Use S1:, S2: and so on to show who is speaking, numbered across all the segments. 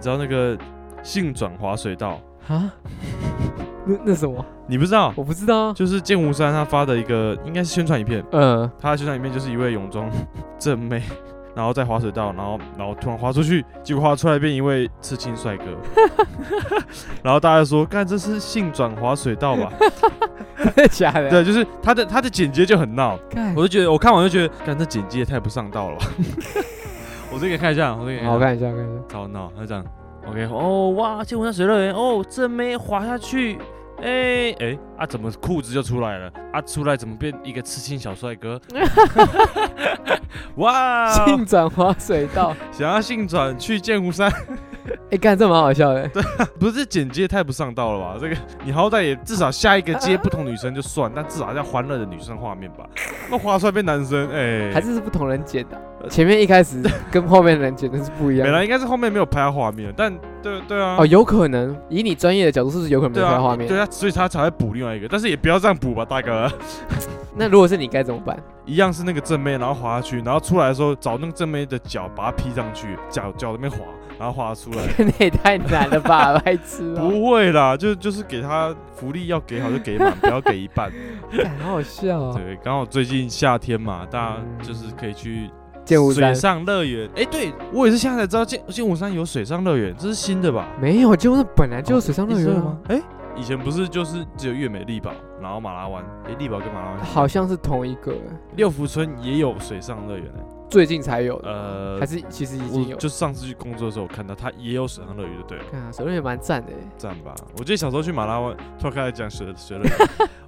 S1: 知道那个性转滑水道？
S2: 啊？ 那那什么？
S1: 你不知道？
S2: 我不知道啊。
S1: 就是剑湖山他发的一个应该是宣传影片，
S2: 嗯，
S1: 他的宣传影片就是一位泳装正妹，然后在滑水道，然后然后突然滑出去，结果滑出来变一位刺青帅哥，然后大家说，干这是性转滑水道吧？
S2: 真的 假的？啊
S1: 对，就是他的他的剪接就很闹，
S2: 干，
S1: 我就觉得我看完就觉得，干这剪接也太不上道了吧。我这个看一下，我这个
S2: 好，我看一下，我看一下。
S1: 超闹，他这样，OK，哦哇，剑湖山水乐园，哦正妹滑下去，哎、哎、啊，怎么裤子就出来了？啊，出来怎么变一个刺青小帅 哥？哇，
S2: 性转滑水道，
S1: 想要性转去剑湖山，
S2: 哎，干，这蛮好笑的。
S1: 不是简介太不上道了吧？这个你好歹也至少下一个接不同女生就算，但至少要欢乐的女生画面吧？那滑出来变男生，哎、
S2: 还是是不同人剪的，啊前面一开始跟后面的人剪的是不一样
S1: 美
S2: 的。
S1: 兰应该是后面没有拍到画面，但对对啊，
S2: 哦，有可能，以你专业的角度，是不是有可能没
S1: 对
S2: 有拍
S1: 啊，
S2: 到画面？
S1: 对啊，所以他才会补另外一个，但是也不要这样补吧，大哥。
S2: 那如果是你该怎么办？
S1: 一样是那个正妹，然后滑下去，然后出来的时候找那个正妹的脚，把它劈上去，脚脚那边滑，然后滑出来。
S2: 那也太难了 吧，白痴哦！
S1: 不会啦，就就是给她福利要给好就给满，不要给一半。
S2: 干好好笑 哦。
S1: 对，刚好最近夏天嘛，大家就是可以去
S2: 剑湖
S1: 水
S2: 山
S1: 上乐园。哎、对我也是现在才知道剑剑湖山有水上乐园，这是新的吧？
S2: 没有，剑湖山本来就有水上乐
S1: 一直
S2: 园
S1: 都有
S2: 啊
S1: 吗？？哎、以前不是就是只有月美丽宝，然后马拉湾，哎、丽宝跟马拉湾
S2: 好像是同一个，
S1: 六福村也有水上乐园、欸，
S2: 最近才有的，
S1: 呃
S2: 还，是其实已经
S1: 我
S2: 有。
S1: 就上次去工作的时候，我看到它也有水上乐园，就对了，
S2: 看啊，水上乐园蛮赞的耶，
S1: 赞吧！我记得小时候去马拉湾，突然开始讲水水 乐园，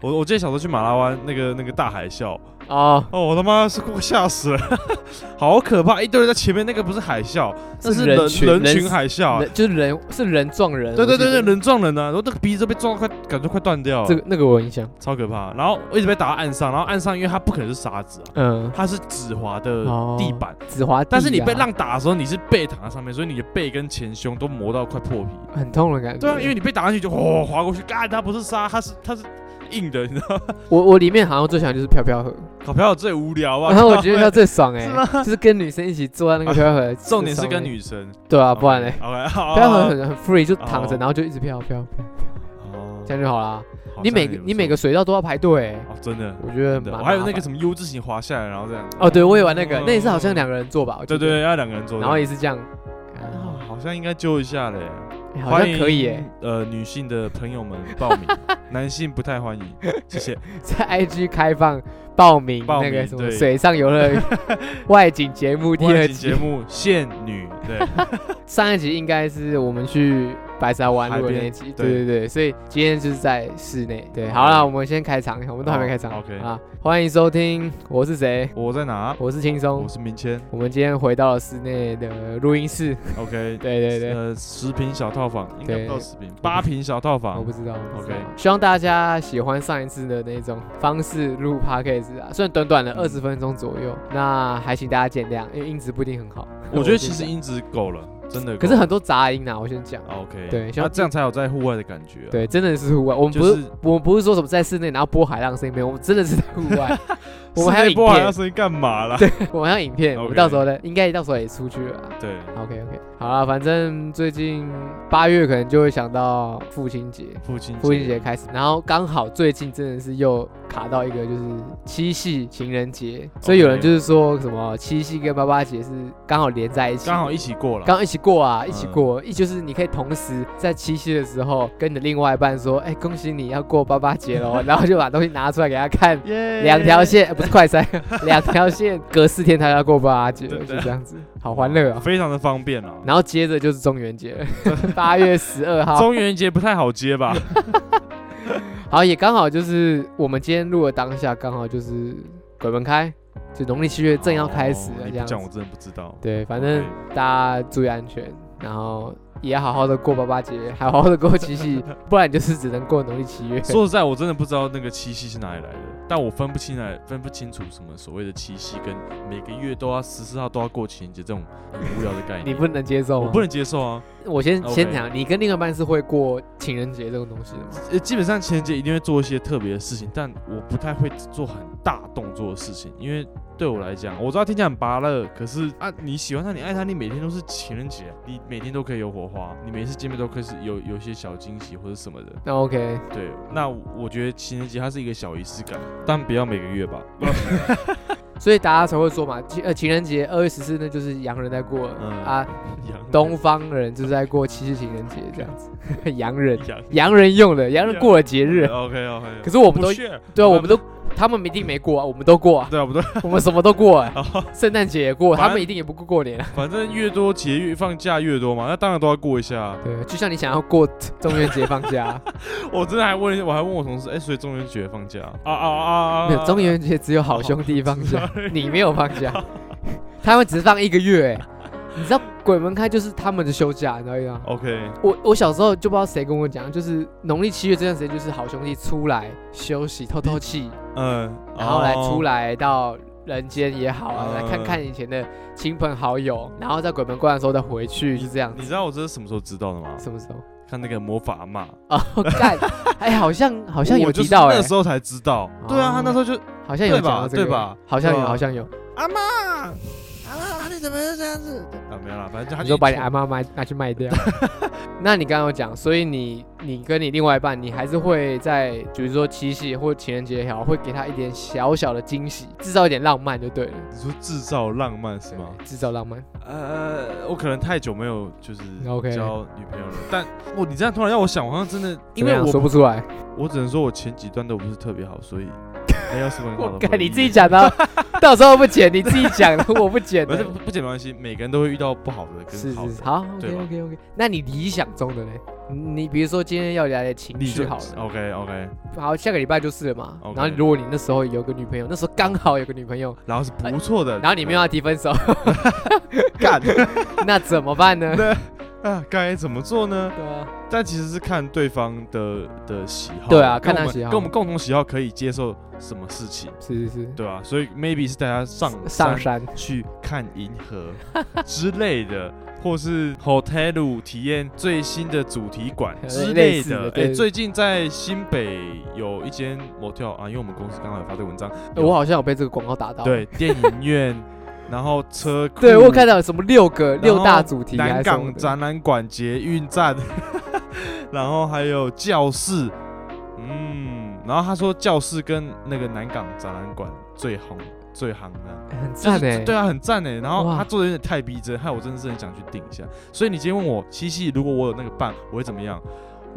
S1: 我我记得小时候去马拉湾那个那个大海啸，
S2: 哦，
S1: 哦，我他妈是快吓死了， 好可怕！一堆人在前面，那个不是海啸，那是人
S2: 人
S1: 人群
S2: 群
S1: 海啸、欸，
S2: 人就是人是人撞人，
S1: 对对
S2: 我记
S1: 对
S2: 得
S1: 对，，人撞人啊，然后那个鼻子被撞到快，感觉快断掉了，
S2: 这个那个我有印象，
S1: 超可怕。然后我一直被打到岸上，然后岸上因为它不可能是沙子啊，
S2: 嗯，
S1: 它是止滑的
S2: 哦啊
S1: 地板。
S2: 紫华，
S1: 但是你被浪打的时候，你是背躺在上面，所以你的背跟前胸都磨到快破皮。
S2: 很痛的感觉，
S1: 对啊，因为你被打上去就哦滑过去，干它不是沙，它是它是硬的，你知道吗？
S2: 我我里面好像最喜欢就是飘飘河，
S1: 搞朋友最无聊啊。
S2: 然后我
S1: 靠
S2: 觉得
S1: 背
S2: 他最爽 哎
S1: 是吗，
S2: 就是跟女生一起坐在那个飘飘 河，
S1: 重点是跟
S2: 爽
S1: 女生
S2: 欸，对啊，
S1: 啊
S2: 不然嘞，
S1: OK，好。
S2: 飘飘河很很 free，就躺着
S1: 哦
S2: 然后就一直飘飘飘，
S1: 哦
S2: 这样就好啦。
S1: 好
S2: 你
S1: 像
S2: 每
S1: 也
S2: 个
S1: 不
S2: 你
S1: 错
S2: 每个水道都要排队欸，
S1: 哦，真的。
S2: 我觉得
S1: 真的
S2: 蛮
S1: 我还有那个
S2: 麻烦
S1: 什么 U 字形滑下来，然后这样。
S2: 哦，对我也玩那个，那也是好
S1: 嗯
S2: 像两个人坐吧，我记
S1: 对
S2: 得
S1: 对，对，要两个人坐的。
S2: 然后也是这样，
S1: 哦好像应该揪一下嘞。
S2: 哎好
S1: 欢迎
S2: 像可以耶，
S1: 呃，女性的朋友们报 名，男性不太欢迎，谢谢。
S2: 在 IG 开放报名
S1: 报
S2: 那个
S1: 名
S2: 什么
S1: 对
S2: 水上游 乐园外景节目第
S1: 外
S2: 二
S1: 景节
S2: 集，
S1: 目限女，对，
S2: 上一集应该是我们去白沙湾
S1: 海
S2: 录的那
S1: 边
S2: 一集，
S1: 对
S2: 对对对，所以今天就是在室内，对，
S1: 嗯
S2: 好了，我们先开场，我们都还没开场
S1: 好，OK
S2: 啊，欢迎收听，我是谁？
S1: 我在哪？
S2: 我是轻松
S1: 我，是明谦
S2: 我们今天回到了室内的录音室，
S1: ，OK，
S2: 对对对，
S1: 呃，十平小套房，应该
S2: 对
S1: 不到十平，八平小套
S2: 我
S1: 房
S2: 不，知道我不知
S1: OK
S2: 道希望大家喜欢上一次的那种方式录 podcast 啊，虽然短短的
S1: 嗯
S2: 二十分钟左右，那还请大家见谅，因为音质不一定很好。
S1: 我觉得其实
S2: 见谅，
S1: 音质够了，真的够了。
S2: 可是很多杂音啊，我先讲。
S1: OK，
S2: 对像
S1: 那这样才有在户外的感觉啊。
S2: 对，真的是户外，我们
S1: 就
S2: 不是
S1: 是
S2: 我们不是说什么在室内然后播海浪声音没有，我们真的是在户 外，我们
S1: 室
S2: 还有
S1: 内
S2: 影
S1: 播还要
S2: 片，
S1: 声音干嘛啦？
S2: 我们还有影片，
S1: OK
S2: 我们到时候呢，应该到时候也出去了啊。
S1: 对，
S2: OK OK，好了，反正最近八月可能就会想到父亲节，
S1: 父亲
S2: 父亲节开始，然后刚好最近真的是又卡到一个就是七夕情人节，所以有人就是说什么七夕跟八八节是刚好连在一起，
S1: 刚好一起过了，
S2: 刚一起过啊，一起
S1: 嗯
S2: 过，一就是你可以同时在七夕的时候跟你的另外一半说，哎，恭喜你要过八八节喽，然后就把东西拿出来给他看。
S1: 耶
S2: 两条，线、呃不是快塞，两条线隔四天他要过八八节，
S1: 对
S2: 就
S1: 对
S2: 这样子，好欢乐哦。
S1: 非常的方便啊。
S2: 然后接着就是中元节了，八月十二号，
S1: 中元节不太好接 吧？
S2: 好，也刚好就是我们今天录的当下，刚好就是鬼门开，就农历七月正要开始
S1: 哦
S2: 了
S1: 你
S2: 这
S1: 不
S2: 样
S1: 讲我
S2: 子。
S1: 真的不知道。
S2: 对，反正
S1: OK
S2: 大家注意安全，然后也要好好的过八八节，还 好好的过七夕，不然你就是只能过农历七月。
S1: 说实在，我真的不知道那个七夕是哪里来的。但我分不清来，分不清楚什么所谓的七夕跟每个月都要十四号都要过情人节这种很无聊的概念，
S2: 你不能接受吗？
S1: 我不能接受啊！
S2: 我先
S1: OK
S2: 先讲，你跟另一半是会过情人节这种东西的吗？
S1: 呃，基本上情人节一定会做一些特别的事情，但我不太会做很大动作的事情，因为对我来讲，我知道听起来很拔乐，可是啊，你喜欢他，你爱他，你每天都是情人节，你每天都可以有火花，你每次见面都可以是有有一些小惊喜或者什么的。
S2: 那 OK，
S1: 对，那我觉得情人节它是一个小仪式感，但不要每个月吧。
S2: 所以大家才会说嘛，情呃情人节二月十四那就是洋人在过了、
S1: 嗯
S2: 啊，
S1: 洋
S2: 东方人就是在过七夕情人节这样子， 洋人
S1: 洋
S2: 洋人用的，洋人过了节日，
S1: OK OK，
S2: 可是我们都
S1: 屑
S2: 对啊，我们都他们一定没过啊，我们 都过啊，
S1: 对啊，不对，
S2: 我们什么都过啊，
S1: 然后
S2: 圣诞节也过，
S1: 反正
S2: 他们一定也不过过年啊，
S1: 反正越多节越放假越多嘛，那当然都要过一下啊。
S2: 对，就像你想要过中元节放假啊，
S1: 我真的还问，我还问我同事，哎、所以中元节放假啊啊啊啊啊！
S2: 没有中元节只有好兄弟放假，
S1: Sorry
S2: 你没有放假，他们只放一个月、欸，你知道鬼门开就是他们的休假，你知道吗？
S1: OK，
S2: 我我小时候就不知道谁跟我讲，就是农历七月这段时间就是好兄弟出来休息透透气，
S1: 嗯，
S2: 然后来出
S1: 来，
S2: 来到人间也好啊，
S1: 嗯
S2: 来看看以前的亲朋好友，然后在鬼门关的时候再回去，就这样
S1: 你
S2: 子。
S1: 知道我这是什么时候知道的吗？
S2: 什么时候？
S1: 看那个魔法阿嬷，
S2: 哦，干，哎，好像好
S1: 好
S2: 像有提到哦哎
S1: 那，时候才知道。对啊，他那时候就
S2: 好像有
S1: 对
S2: 讲
S1: 吧
S2: 到这个，
S1: 对吧
S2: 好像有，
S1: 对啊
S2: 好像有。
S1: 阿嬷，阿嬷，你怎么又这样子？啊，没有啦，反正就他
S2: 你说把你阿
S1: 安，
S2: 妈卖拿去卖掉？ 那你刚刚有讲，所以你你跟你另外一半，你还是会在比如说七夕或情人节也好，会给他一点小小的惊喜，制造一点浪漫就对了，
S1: 你说制造浪漫是吗？
S2: 制造浪漫。
S1: 呃，我可能太久没有就是
S2: OK
S1: 交女朋友了，但我你这样突然让我想，我好像真的，因为
S2: 怎么样
S1: 我
S2: 说不出来，
S1: 我只能说我前几段都不是特别好，所以哎没有什 么很好
S2: 我
S1: 的
S2: 靠，
S1: 回忆
S2: 你自己。讲 的，到时候不剪，你自己讲的， 我不剪
S1: 反
S2: 的
S1: 正。不不剪没关系，每个人都会遇到不好的
S2: 是
S1: 跟好
S2: 是是，
S1: 的。
S2: 好
S1: 对
S2: ，OK
S1: 吧
S2: OK OK。那你理想中的呢？你比如说今天要聊聊情绪好了，
S1: OK OK，
S2: 好，下个礼拜就是了嘛。
S1: 哦 OK
S2: 然后如果你那时候有个女朋友，那时候刚好有个女朋友，
S1: 然后是不错的，
S2: 哎然后你没有要提分手，
S1: 干，
S2: 那怎么办呢？
S1: 那啊该怎么做呢？
S2: 对啊。
S1: 但其实是看对方的的喜好，
S2: 对啊
S1: 跟
S2: 看
S1: 我
S2: 他
S1: 们
S2: 喜好
S1: 跟我们共同喜好可以接受什么事情，
S2: 是是是，
S1: 对啊，所以 maybe 是大家上
S2: 上
S1: 山
S2: 山
S1: 去看银河之类的， 或是 hotel 体验最新的主题 馆
S2: 类
S1: 之
S2: 类
S1: 类
S2: 似的
S1: 的。
S2: 对
S1: 哎，最近在新北有一间 motel 啊，因为我们公司刚好有发这个文章，
S2: 呃我好像有被这个广告打到。
S1: 对，电影 院，然后车库，
S2: 对，我有看到有什么六个六大主题还
S1: 南
S2: 是什么
S1: 港
S2: 的
S1: 展览馆、捷运站， 然后还有教室，嗯，然后他说教室跟那个南港展览馆最红最行的。
S2: 哎很
S1: 就
S2: 赞
S1: 是
S2: 哎。
S1: 对啊，很赞哎。然后
S2: 哇
S1: 他做的有点太逼真，害我真的是很想去定一下。所以你今天问我七夕，如果我有那个伴，我会怎么样？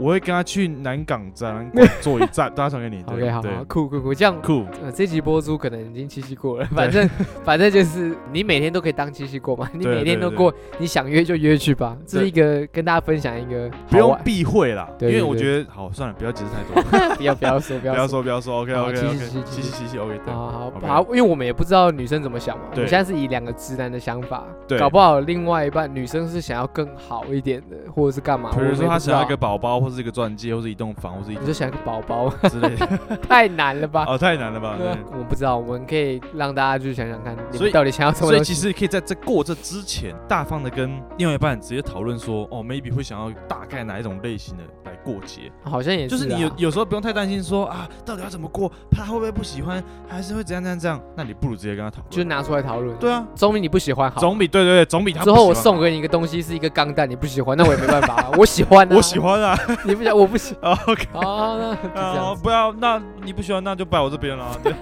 S1: 我会跟他去南港展览馆坐一 站，大家传给你。对
S2: OK，好
S1: 对
S2: 好，酷酷酷，这样。
S1: 酷，
S2: 呃，这集播出可能已经七夕过了，反正反正就是你每天都可以当七夕过嘛，你
S1: 对
S2: 每天
S1: 对
S2: 都
S1: 对
S2: 过，你想约就约去吧。这是
S1: 对
S2: 一个跟大家分享一个
S1: 不
S2: 好
S1: 用
S2: 玩，
S1: 避讳啦，因
S2: 对对
S1: 为我
S2: 对
S1: 觉得好算了，不要解释太多，
S2: 不要不要 说不
S1: 不要
S2: 要。
S1: 说不要说，OK
S2: 好
S1: OK
S2: 七
S1: OK，
S2: 夕
S1: 七
S2: 七夕
S1: 夕七夕 OK，对，
S2: 好好
S1: OK
S2: 好，因为我们也不知道女生怎么想嘛，我们
S1: 对
S2: 现在是以两个直男的想法，
S1: 对
S2: 搞不好另外一半女生是想要更好一点的，或者是干嘛？
S1: 比
S2: 我
S1: 如
S2: 们
S1: 说
S2: 也
S1: 他
S2: 不知
S1: 想要一
S2: 道
S1: 个宝宝，或是一个钻戒，或是一栋房，或是一
S2: 你就想要个宝宝，
S1: 之类的，
S2: 太难了吧？
S1: 哦，太难了吧？
S2: 对啊
S1: 对。
S2: 我们不知道，我们可以让大家去想想看，你
S1: 所
S2: 们
S1: 以
S2: 到底想要什么
S1: 所以
S2: 东
S1: 其
S2: 西？
S1: 实可以在这过这之前，大方的跟另外一半直接讨论说，哦，maybe 会想要大概哪一种类型的来过节，
S2: 好像也
S1: 就是
S2: 啊
S1: 你有有时候不用太担心说啊，到底要怎么过，怕会不会不喜欢，还是会怎样怎样怎样，那你不如直接跟他讨
S2: 就
S1: 论。
S2: 拿出来讨论。
S1: 对啊，
S2: 总比你不喜欢好。
S1: 总比对对对，总比他
S2: 之后我
S1: 不喜欢
S2: 送给你一个东西是一个钢弹，你不喜欢，那我也没办法 啊，我喜欢啊，
S1: 我喜，欢啊
S2: 你不喜欢，我不喜，
S1: 啊，OK
S2: 好啊，那就这
S1: 啊，
S2: 样子，
S1: 不要，那你不喜欢那就摆我这边了， 对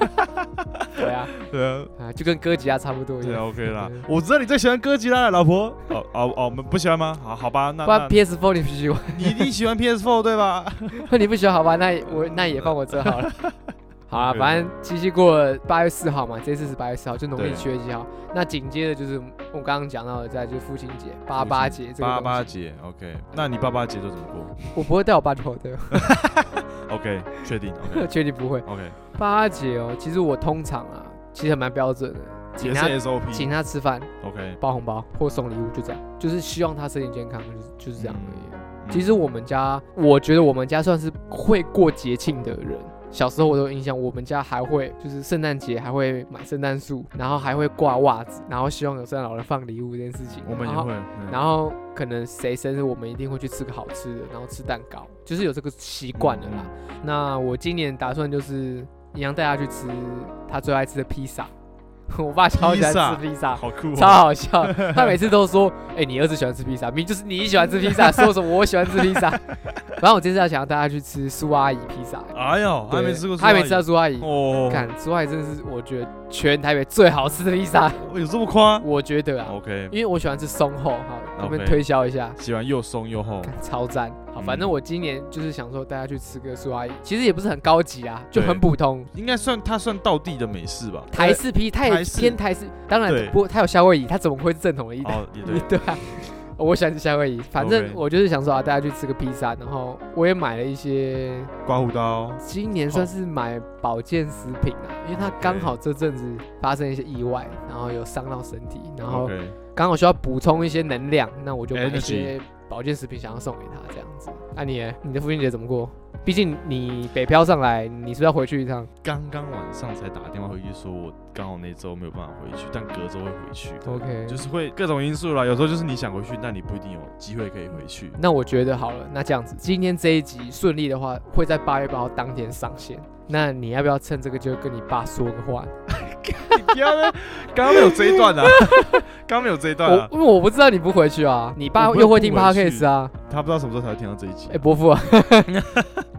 S2: 对啊，
S1: 对啊。
S2: 啊，就跟哥吉拉差不多一
S1: 对
S2: 样。
S1: 啊，OK 啦
S2: 对。
S1: 我知道你最喜欢哥吉拉的老婆。哦哦哦，我们不喜欢吗？好好吧，那
S2: 不然
S1: 那
S2: PS4 你不喜欢，
S1: 你一定喜欢 PS4 对吧？
S2: 你不喜欢好吧？那我那也放我这 好了。好啊，
S1: 对
S2: 反正七夕过了八月四号嘛，这次是八月四号，就农历
S1: 对
S2: 七月一号。那紧接着就是我刚刚讲到的，再来就是父亲节、八八节这个
S1: 嗯八八
S2: 东西。
S1: 节，OK。那你八八节都怎么过
S2: 我不会带我爸去跑队，
S1: ？OK，确定
S2: 我
S1: ？OK
S2: 确定不会。
S1: OK，
S2: 八八节哦，其实我通常啊，其实还蛮标准的，请
S1: 也
S2: 他
S1: 是
S2: 请
S1: SOP。
S2: 他吃饭，
S1: OK，
S2: 包红包
S1: 嗯
S2: 或送礼物，就这样，就是希望他身体健康，就是就是这样而已。
S1: 嗯
S2: 其实我们家，我觉得我们家算是会过节庆的人，小时候我都有印象，我们家还会就是圣诞节还会买圣诞树，然后还会挂袜子，然后希望有圣诞老人放礼物这件事情。
S1: 我们也
S2: 然后
S1: 会。嗯
S2: 然后可能谁生日，我们一定会去吃个好吃的，然后吃蛋糕，就是有这个习惯的啦。
S1: 嗯
S2: 那我今年打算就是一样带他去吃他最爱吃的披萨， 我爸超喜欢吃披萨
S1: 后。好酷
S2: 啊超
S1: 哦！
S2: 好笑，他每次都说：“哎、你儿子喜欢吃披萨，明明就是你喜欢吃 披萨，说什么我喜欢吃披萨。”反正我这次要想要带他去吃苏阿姨披萨，
S1: 哎呦，还
S2: 对
S1: 没吃过，
S2: 他还没吃到。苏阿姨。
S1: 哦，
S2: 看苏阿姨真的是我觉得全台北最好吃的 披萨，
S1: 哎有这么夸
S2: 我觉得啊，
S1: ？OK，
S2: 因为我喜欢吃松厚，好，我们
S1: 哦 OK
S2: 推销一下。
S1: 喜欢又松又厚，
S2: 干超赞。好，
S1: 嗯
S2: 反正我今年就是想说带他去吃个苏阿姨，其实也不是很高级啊，就很普通。
S1: 应该算它算道地的美式吧？
S2: 台式披，他也
S1: 台式
S2: 偏台式，当然
S1: 对
S2: 不过他有夏威夷，他怎么会是正统的意大
S1: 哦，也对
S2: ，对啊，我喜欢吃夏威夷。反正
S1: OK
S2: 我就是想说啊，带他去吃个披萨，然后我也买了一些，
S1: 刮胡刀，
S2: 今年算是买保健食品啊，因为他刚好这阵子发生一些意外，然后有伤到身体，然后
S1: OK，
S2: 刚好需要补充一些能量，那我就买一
S1: Energy
S2: 些保健食品，想要送给他这样子。那、你呢你的父亲节怎么过？毕竟你北漂上来，你是不是要回去一趟？
S1: 刚刚晚上才打电话回去说，我刚好那周没有办法回去，但隔周会回去。
S2: OK
S1: 就是会各种因素啦，有时候就是你想回去，但你不一定有机会可以回 去。
S2: 那我觉得好了，那这样子，今天这一集顺利的话，会在八月八号当天上线。那你要不要趁这个就跟你爸说个话？
S1: 你不要呢？刚刚没有这一段啊， 刚刚没有这一段啊
S2: 我，因为我不知道你不回去啊，你爸
S1: 我不会
S2: 又会听
S1: 不回去
S2: podcast 啊。
S1: 他不知道什么时候才会听到这一集
S2: 哎、。伯父啊，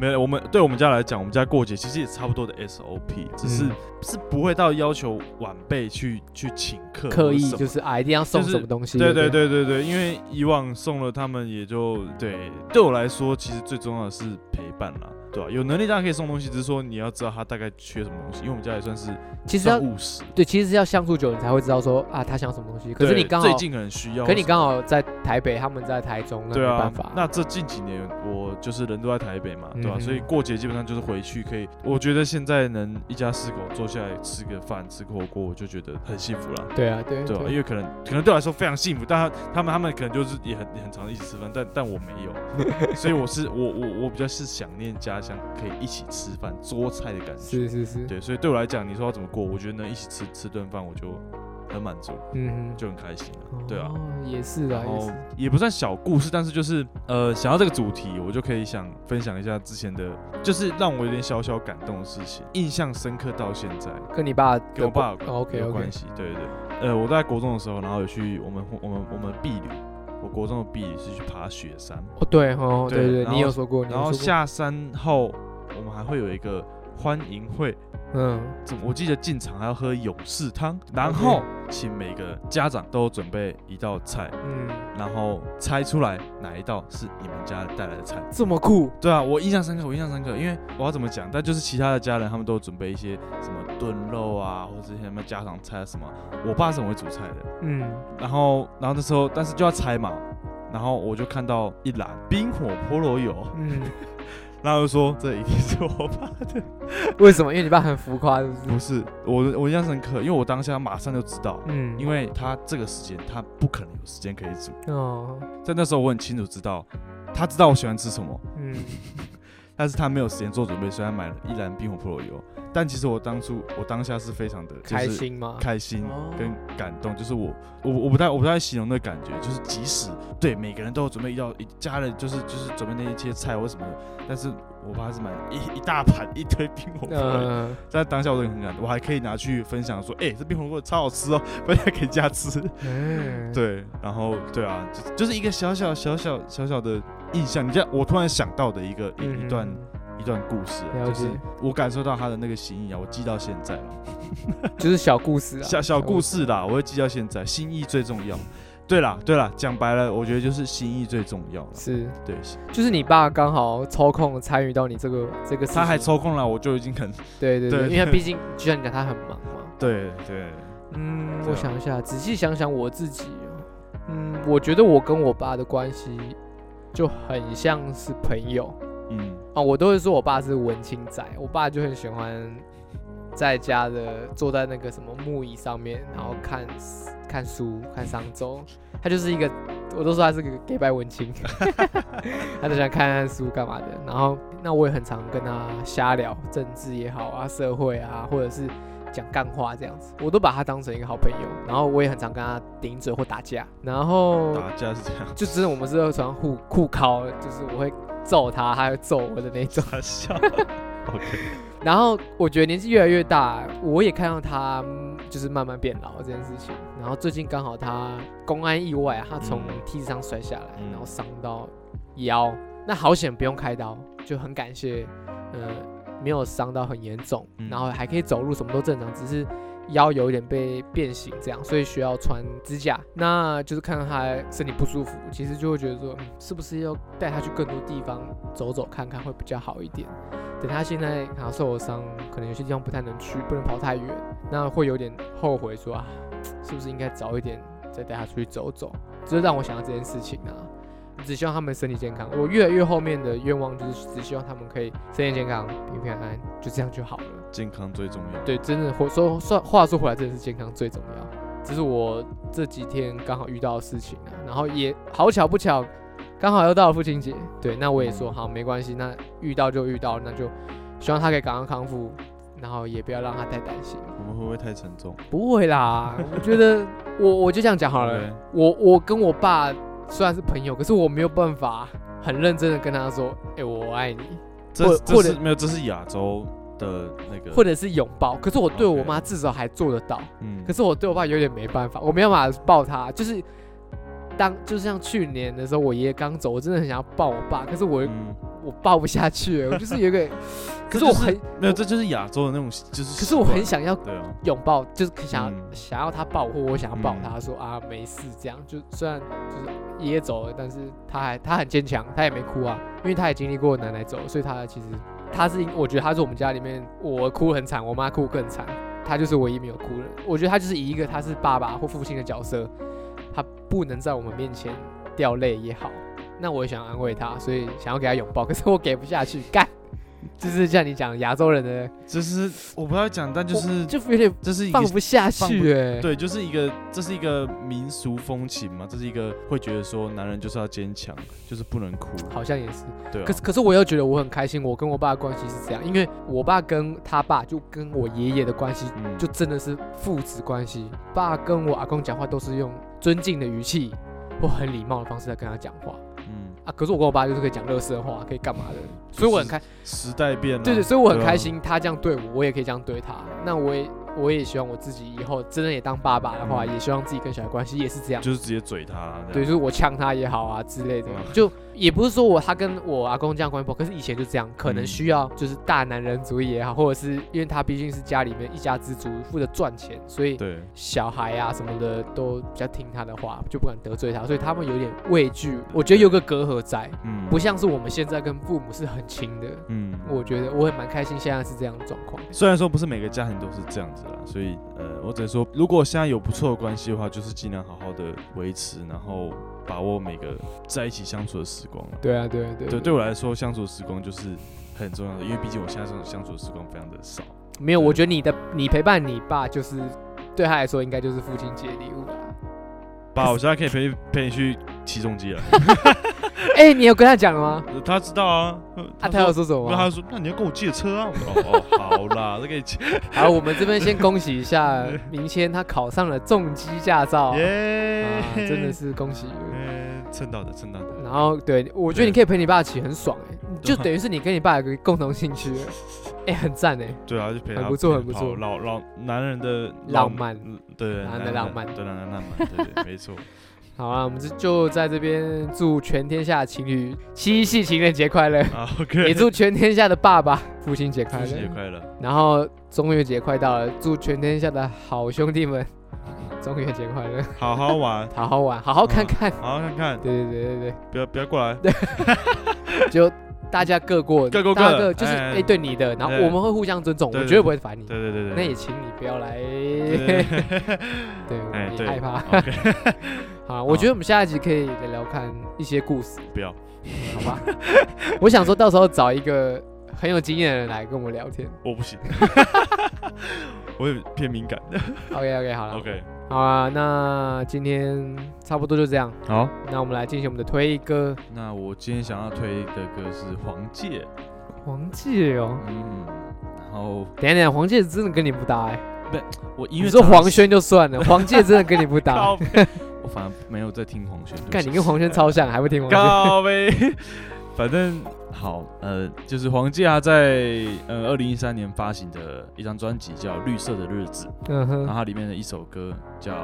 S1: 没有，我们对我们家来讲，我们家过节其实也差不多的 SOP，只是、
S2: 嗯
S1: 是不会到要求晚辈去去请客，
S2: 刻意
S1: 是。
S2: 就是啊，一定要送
S1: 就是
S2: 什么东西？
S1: 对
S2: 对
S1: 对对对对，因为以往送了他们也就对，对我来说其实最重要的是陪伴啦，对啊吧、有能力当然可以送东西，只是说你要知道他大概缺什么东西，因为我们家也算是
S2: 不对，其实
S1: 算
S2: 要
S1: 务实。
S2: 对，其实要相处久，你才会知道说啊，他想要什么东西。可是
S1: 对
S2: 你刚好
S1: 最近可能需要什么，
S2: 可你刚好在台北，他们在台中，那
S1: 对
S2: 没
S1: 啊
S2: 办法，。
S1: 那这近几年我就是人都在台北嘛，对吧、
S2: 嗯哼
S1: 所以过节基本上就是回去可以，我觉得现在能一家四口坐下来吃个饭、吃个火锅，我就觉得很幸福啦。
S2: 对啊，对
S1: 对吧、因为可能可能对我来说非常幸福，但他他们他们可能就是也很也很常一起吃饭，但但我没 有，所以我是我我我比较是想念家乡，可以一起吃饭桌菜的感觉。
S2: 是是是，
S1: 对，所以对我来讲，你说要怎么过，我觉得能一起吃吃顿饭，我就很满足，
S2: 嗯
S1: 就很开心了、
S2: 哼，
S1: 对啊。
S2: 哦，也是啊，
S1: 然
S2: 也
S1: 后
S2: 是。
S1: 也不算小故事，但是就是呃，想到这个主题，我就可以想分享一下之前的，就是让我有点小小感动的事情，印象深刻到现在。
S2: 跟你爸哦
S1: 跟我爸有关、
S2: ，OK
S1: 有
S2: OK，
S1: 关系，对对对。呃，我在国中的时候，然后有去我们我们我们避旅，我国中的避旅是去爬雪山，
S2: 哦对哦
S1: 对
S2: 对对，
S1: 然
S2: 你有
S1: 后
S2: 说过，你有
S1: 然后
S2: 说过，
S1: 下山后我们还会有一个欢迎会，
S2: 嗯，
S1: 怎么我记得进场还要喝勇士汤，然后请每个家长都准备一道菜，
S2: 嗯，
S1: 然后猜出来哪一道是你们家带来的菜。
S2: 这么酷，
S1: 对啊，我印象深刻，我印象深刻，因为我要怎么讲，但就是其他的家人他们都有准备一些什么炖肉啊，或者是一些什么家常菜啊什么，我爸是很会煮菜的。
S2: 嗯，
S1: 然后，然后那时候，但是就要猜嘛，然后我就看到一栏冰火菠萝油，
S2: 嗯，
S1: 然后我就说这一定是我爸的，
S2: 为什么？因为你爸很浮夸，是
S1: 不
S2: 不是？
S1: 是我，我印象深刻，因为我当下马上就知道，
S2: 嗯，
S1: 因为他这个时间他不可能有时间可以煮，
S2: 哦，
S1: 在那时候我很清楚知道，他知道我喜欢吃什么，
S2: 嗯，
S1: 但是他没有时间做准备，所以他买了一篮冰火菠萝油，但其实我当初我当下是非常的、就是、
S2: 开心吗？
S1: 开心
S2: 哦
S1: 跟感动，就是我我我不太我不太形容那感觉，就是即使对每个人都有准备一道一家人就是就是准备那一些菜或什么的，但是我爸是买一一大盘一堆冰火锅，
S2: 嗯，
S1: 在、当下我都很感动，我还可以拿去分享说，哎、这冰火锅超好吃哦，分享给家吃。
S2: 嗯，
S1: 对，然后对啊，就就是一个小小小小小小的印象，你这样我突然想到的一个一、
S2: 嗯，
S1: 一段一段故事啊，
S2: 了
S1: 就
S2: 解
S1: 是我感受到他的那个心意啊，我记到现在了。
S2: 就是小故事啊，
S1: 小小故事啦，我会记到现在。心意最重要。对啦，对啦，讲白了，我觉得就是心意最重要了。
S2: 是，
S1: 对，
S2: 就是你爸刚好抽空参与到你这个这个事情，
S1: 他还抽空了，我就已经 很
S2: 对对对，
S1: 对
S2: 因为 他毕竟就像你讲，他很忙嘛。
S1: 对对
S2: 嗯，
S1: 对
S2: 我
S1: 啊
S2: 想一下，仔细想想我自己哦，嗯，我觉得我跟我爸的关系就很像是朋友
S1: 嗯，
S2: 啊，我都会说我爸是文青仔，我爸就很喜欢在家的坐在那个什么木椅上面，然后看看书、看商周，他就是一个我都说他是个 gay 白文青， 他就想看看书干嘛的。然后那我也很常跟他瞎聊政治也好啊，社会啊，或者是讲干话这样子，我都把他当成一个好朋友。然后我也很常跟他顶嘴或打架，然后
S1: 打架是这样，
S2: 就真的我们是会常互互敲，就是我会揍他，他会揍我的那种。
S1: 傻 笑。OK，
S2: 然后我觉得年纪越来越大，我也看到他嗯就是慢慢变老这件事情。然后最近刚好他公安意外啊，他从
S1: 嗯
S2: 梯子上摔下来，
S1: 嗯
S2: 然后伤到腰。那好险不用开刀，就很感谢，呃，没有伤到很严重，
S1: 嗯
S2: 然后还可以走路，什么都正常，只是腰有一点被变形这样，所以需要穿支架。那就是看到他身体不舒服，其实就会觉得说，嗯，是不是要带他去更多地方走走看看会比较好一点？等他现在啊受了伤，可能有些地方不太能去，不能跑太远，那会有点后悔说啊，是不是应该早一点再带他出去走走？就是让我想到这件事情啊。只希望他们身体健康。我越来越后面的愿望就是只希望他们可以身体健康、平平安安，就这样就好了。
S1: 健康最重要。
S2: 对，真的，或说说话说回来，真的是健康最重要。这是我这几天刚好遇到的事情啊，然后也好巧不巧，刚好又到了父亲节。对，那我也说好，没关系，那遇到就遇到，那就希望他可以赶快康复，然后也不要让他太担心。
S1: 我们会不会太沉重？
S2: 不会啦，我觉得我我就这样讲好了。
S1: OK
S2: 我我跟我爸虽然是朋友，可是我没有办法很认真的跟他说，哎、我爱你，
S1: 这
S2: 或
S1: 这
S2: 或者
S1: 是没有，这是亚洲的那个，
S2: 或者是拥抱。可是我对我
S1: OK
S2: 妈至少还做得到。
S1: 嗯
S2: 可是我对我爸有点没办法，我没有办法抱他，就是当就像去年的时候，我爷爷刚走，我真的很想要抱我爸，可是我、
S1: 嗯
S2: 我抱不下去，我就是有一 个，
S1: 这
S2: 可是
S1: 就
S2: 我很，
S1: 没有，这就是亚洲的那种，就是
S2: 可是我
S1: 习惯
S2: 很想要
S1: 对啊，
S2: 拥抱，就是想要、
S1: 嗯
S2: 想要他抱我，或我想要抱他
S1: 嗯
S2: 说、啊没事这样，就虽然就是爷爷走了，但是他还他很坚强，他也没哭啊，因为他也经历过奶奶走，所以他其实他是我觉得他是我们家里面我哭很惨，我妈哭更惨，他就是唯一没有哭的。我觉得他就是以一个他是爸爸或父亲的角色，他不能在我们面前掉泪也好，那我也想安慰他，所以想要给他拥抱，可是我给不下去，干。就是像你讲亚洲人的，
S1: 这是我不知道讲，但就是
S2: 我就有点
S1: 这是一个
S2: 放不下
S1: 放不
S2: 去哎、
S1: 对，就是一个，这是一个民俗风情嘛，这是一个会觉得说男人就是要坚强，就是不能哭，
S2: 好像也是，
S1: 对啊
S2: 可，是可是我又觉得我很开心，我跟我爸的关系是这样，因为我爸跟他爸就跟我爷爷的关系
S1: 嗯，
S2: 就真的是父子关系，爸跟我阿公讲话都是用尊敬的语气或很礼貌的方式在跟他讲话
S1: 嗯，
S2: 啊，可是我跟我爸就是可以讲乐色话，可以干嘛的，所以我很开，
S1: 时代变了，
S2: 对对，所以我很
S1: 对啊
S2: 开心，他这样对我，我也可以这样对他，那我也我也希望我自己以后真的也当爸爸的话，
S1: 嗯
S2: 也希望自己跟小孩关系也是这样。
S1: 就是直接嘴他，啊这
S2: 对，啊
S1: 样，
S2: 就是我呛他也好啊之类的，
S1: 嗯
S2: 就也不是说我他跟我阿公这样关系不好，可是以前就这样，可能
S1: 嗯
S2: 需要就是大男人主义也好，或者是因为他毕竟是家里面一家之主，负责赚钱，所以
S1: 对，
S2: 小孩啊什么的都比较听他的话，就不敢得罪他，所以他们有点畏惧。我觉得有个隔阂在，
S1: 嗯，
S2: 不，像是我们现在跟父母是很亲的。
S1: 嗯，
S2: 我觉得我也蛮开心，现在是这样的状况。
S1: 虽然说不是每个家庭都是这样子啦，所以呃，我只能说，如果现在有不错的关系的话，就是尽量好好的维持，然后把握每个在一起相处的时光啊。
S2: 对啊，对啊对啊
S1: 对，对我来说，相处时光就是很重要的，因为毕竟我现在相相处的时光非常的少。
S2: 没有，
S1: 对
S2: 我觉得你的你陪伴你爸，就是对他来说应该就是父亲节礼物了。
S1: 爸，我现在可以陪陪你去起重 机了。
S2: 哎、你有跟他讲了吗？
S1: 呃他知道啊，呃
S2: 啊，他
S1: 说
S2: 有说什么
S1: 那他
S2: 吗？
S1: 说，那你要跟我借车 啊？我说哦哦，好啦，这给你借，
S2: 好，我们这边先恭喜 一下明谦，他考上了重机驾照，
S1: 耶、
S2: 啊，真的，是恭喜。
S1: 呃，蹭到的，蹭到的，
S2: 然后，对我觉得你可以陪你爸骑，很爽哎、你就
S1: 对啊
S2: 等于是你跟你爸有个共同兴 趣，哎、很赞哎、
S1: 对啊，就陪他，
S2: 很不错
S1: 陪
S2: 很不
S1: 跑
S2: 错
S1: 老老男人的
S2: 浪漫，
S1: 嗯对，
S2: 男人的浪漫
S1: 对，男人的浪漫，对 对，没错，
S2: 好啊，我们就就在这边祝全天下情侣七夕情人节快乐，
S1: 啊
S2: 也
S1: ，OK，
S2: 祝全天下的爸爸父亲节快
S1: 父
S2: 乐，
S1: 亲节快乐，
S2: 然后中元节快到了，祝全天下的好兄弟们中元节快乐，
S1: 好好玩，
S2: 好好玩，好好看
S1: 嗯
S2: 看。
S1: 好好看看，
S2: 对对对对对。
S1: 不要不要过来，
S2: 就大家各过，
S1: 各过
S2: 大
S1: 各
S2: 家各就是
S1: 哎
S2: 哎、对你的，然后
S1: 对
S2: 我们会互相尊重，
S1: 对
S2: 我
S1: 对
S2: 绝对不会烦你。
S1: 对对对对，
S2: 那也请你不要来，
S1: 对
S2: 对，我
S1: 哎
S2: 们也
S1: 对
S2: 害 怕。
S1: OK，
S2: 好，我觉得我们下一集可以聊聊看一些故事，
S1: 不要，
S2: 好吧？我想说到时候找一个很有经验的人来跟我们 聊天。
S1: 我不 行，我也偏敏感。
S2: OK OK，好了
S1: OK，
S2: 好啊，那今天差不多就这样。
S1: 好，
S2: 那我们来进行我们的推歌，
S1: 那我今天想要推的歌是黄玠，
S2: 黄玠哦。
S1: 嗯，然后
S2: 等一下等一下，黄玠真的跟你不搭哎、
S1: 我音乐
S2: 你说
S1: 常常
S2: 黄轩就算了，黄玠真的跟你不搭
S1: 靠。 背，我反而没有在听黄轩。对不
S2: 看
S1: 起
S2: 你跟黄轩超像，还会听黄轩。
S1: 高呗， 反正好，呃，就是黄玠他在呃二零一三年发行的一张专辑叫《绿色的日子》，
S2: 嗯
S1: 然后
S2: 哼，
S1: 它里面的一首歌叫《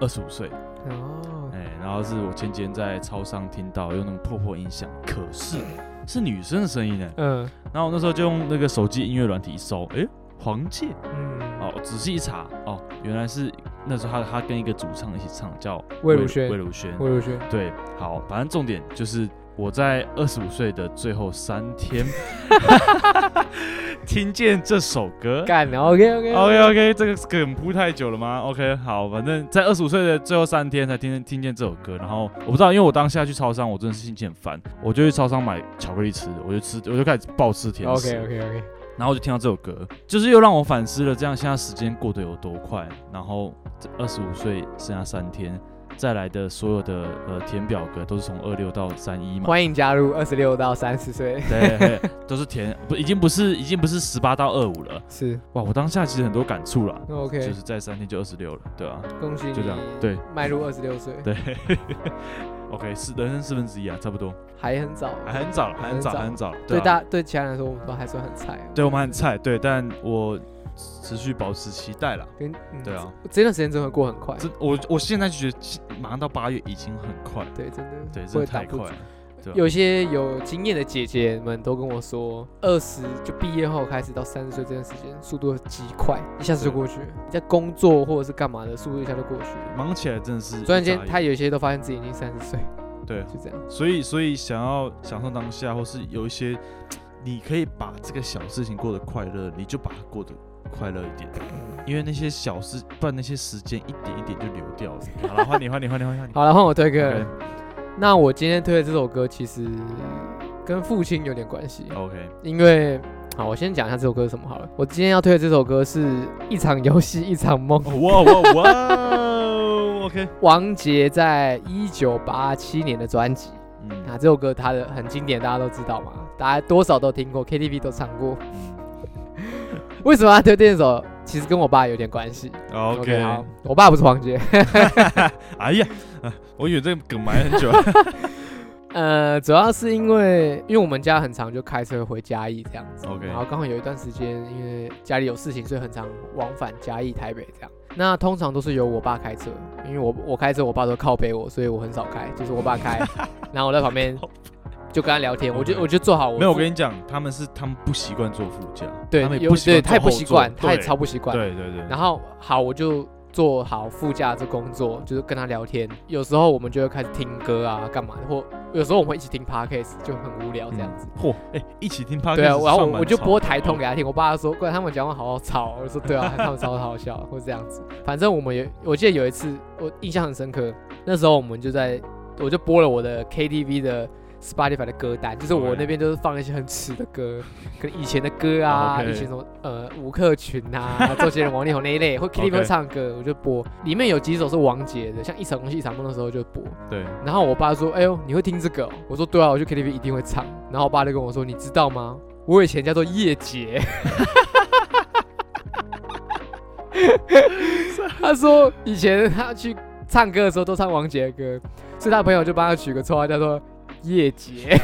S1: 二十五岁》，
S2: 哦，
S1: 哎、然后是我前几天在超商听到，用那种破破音响，可是是女生的声音呢。
S2: 嗯
S1: 然后我那时候就用那个手机音乐软体一搜，哎、黄玠
S2: 嗯，
S1: 哦，仔细一查哦，原来是那时候他他跟一个主唱一起唱，叫
S2: 魏如萱
S1: 魏如萱，
S2: 魏如萱，
S1: 对，好，反正重点就是我在二十五岁的最后三 天听见这首歌。
S2: 干了，OK OK
S1: OK OK，这个梗铺太久了吗？OK，好，反正在二十五岁的最后三天才听听见这首歌，然后我不知道，因为我当下去超商，我真的是心情很烦，我就去超商买巧克力吃，我就吃，我就开始暴吃甜
S2: OK
S1: 食
S2: OK OK，
S1: 然后我就听到这首歌，就是又让我反思了，这样现在时间过得有多快。然后二十五岁剩下三天，再来的所有的呃填表格都是从二六到三一 嘛，
S2: 欢迎加入二十六到三十岁，
S1: 对，嘿都是填不已经不是已经不是十八到二五了。
S2: 是
S1: 哇，我当下其实很多感触啦，就
S2: OK，
S1: 是在三天就二十六了，对啊，
S2: 恭喜你，
S1: 就这样对，
S2: 迈入二十六岁，
S1: 对 ，OK 是人生四分之一啊，差不多，
S2: 还很早，啊
S1: 还很早了，还很早，还很早了，
S2: 对
S1: 啊
S2: 大对其他人来说，我们都还算很菜啊，
S1: 对我们很菜，对，但我持续保持期待啦。
S2: 跟
S1: 对，啊，
S2: 嗯这段时间真的会过很快，
S1: 这我我现在就觉得马上到八月已经很快，
S2: 对，真的，
S1: 对，真
S2: 会
S1: 的太
S2: 挡不
S1: 快
S2: 住
S1: 了。对啊
S2: 有些有经验的姐姐们都跟我说，二十就毕业后开始到三十岁这段时间，速度极快，一下子就过去了。你在工作或者是干嘛的，速度一下就过去了。
S1: 忙起来真的是一
S2: 突然间
S1: 眨，眼
S2: 他有些都发现自己已经三十岁，
S1: 对，
S2: 就这样。
S1: 所以所以想要享受当下，或是有一些你可以把这个小事情过得快乐，你就把它过得快乐一点，因为那些小事，不然那些时间一点一点就流掉了。好了，换你，换你，换你，换你换你。
S2: 好了，换我推歌了。
S1: OK
S2: 那我今天推的这首歌其实跟父亲有点关系，
S1: OK，
S2: 因为好，我先讲一下这首歌是什么好了。我今天要推的这首歌是《一场游戏一场梦》。
S1: 哦哇哇哇，OK，
S2: 王杰在一九八七年的专辑。那
S1: 嗯，
S2: 啊这首歌它的很经典，大家都知道嘛，大家多少都听过，KTV 都唱过。
S1: 嗯
S2: 为什么要推这首？其实跟我爸有点关系。好，我爸不是黄杰，
S1: 哎呀，啊我以为这个梗埋很久。
S2: 呃，主要是因为因为我们家很常就开车回嘉义这样子
S1: OK
S2: 然后刚好有一段时间因为家里有事情，所以很常往返嘉义、台北这样。那通常都是由我爸开车，因为我我开车，我爸都靠背我，所以我很少开，就是我爸开，然后我在 旁边就跟他聊天，我就
S1: OK
S2: 我就坐好我
S1: 没有，我
S2: 自
S1: 跟你讲，他们是他们不习惯坐副驾，
S2: 对
S1: 他们也
S2: 有
S1: 不习
S2: 对
S1: 惯
S2: 他也
S1: 坐后
S2: 不习
S1: 座
S2: 惯，他也
S1: 对
S2: 超不习惯，
S1: 对对对，
S2: 然后好，我就做好副驾这工作，就是跟他聊天。有时候我们就会开始听歌啊，干嘛的，或有时候我们会一起听 podcast，就很无聊这样子。
S1: 嗯。嚯，哎，一起听 podcast，
S2: 对啊，然后
S1: 算
S2: 我
S1: 蛮
S2: 我就
S1: 吵
S2: 播
S1: 的
S2: 台通
S1: 哦
S2: 给他听，我爸说，怪他们讲话好好吵哦。我说对啊，他们超好笑，或者这样子。嗯反正我们有，我记得有一次我印象很深刻，那时候我们就在，我就播了我的 KTV 的 Spotify 的歌单，就是我
S1: OK
S2: 那边就是放了一些很耻的歌，可能以前的歌啊
S1: 哦 OK
S2: 以前什么呃吴克群啊、周杰伦、王力宏那一类，或 KTV 会
S1: OK
S2: 唱歌，我就播。里面有几首是王杰的，像《一场空》《一场梦》的时候就播。
S1: 对，
S2: 然后我爸说：“哎呦，你会听这个哦、我说：“对啊，我去 KTV 一定会唱。”然后我爸就跟我说：“你知道吗？我以前叫做叶杰。” 他说以前他去唱歌的时候都唱王杰的歌，所以他朋友就帮他取个绰号叫做叶杰。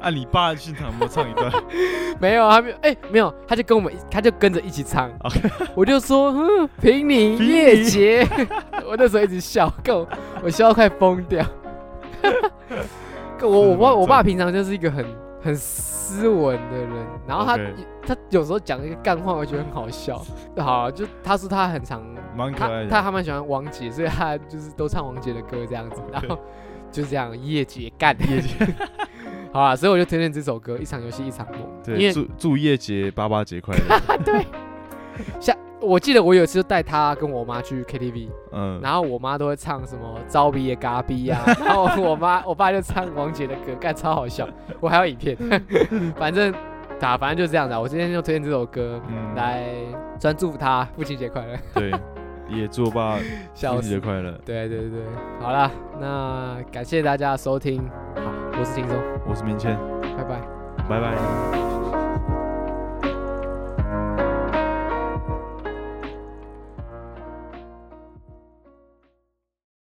S1: 啊，你爸现场有没有唱一段
S2: 没有，他没有，哎、没有，他就跟我们一，他就跟着一起唱
S1: OK。
S2: 我就说，嗯，凭你
S1: 凭
S2: 叶
S1: 你
S2: 杰， 我那时候一直笑，够，我笑到快疯掉。够我我爸我爸平常就是一个很很斯文的人，然后他
S1: OK
S2: 他有时候讲一个干话，我觉得很好笑。好、就他说他很常
S1: 蛮可
S2: 他
S1: 爱
S2: 他
S1: 的。
S2: 还蛮喜欢王杰，所以他就是都唱王杰的歌这样子，然后就这样叶杰干
S1: 叶杰，
S2: 好啊，所以我就推荐这首歌《一场游戏一场梦》，
S1: 对，
S2: 因为
S1: 祝祝叶杰八八节快乐。
S2: 下我我记得我有一次就带他跟我妈去 KTV，
S1: 嗯，
S2: 然后我妈都会唱什么“招逼也嘎逼”啊，然后我妈我爸就唱王杰的歌，干超好笑。我还有影片， 反正打反正就这样的。啊我今天就推荐这首歌、
S1: 嗯
S2: 来，专祝福他父亲节快乐，
S1: 对， 也祝我爸
S2: 笑
S1: 父亲节
S2: 死。
S1: 快乐。
S2: 对对对，好啦，那感谢大家的收听，好，我是轻松，
S1: 我是明谦，
S2: 拜拜。
S1: 拜拜。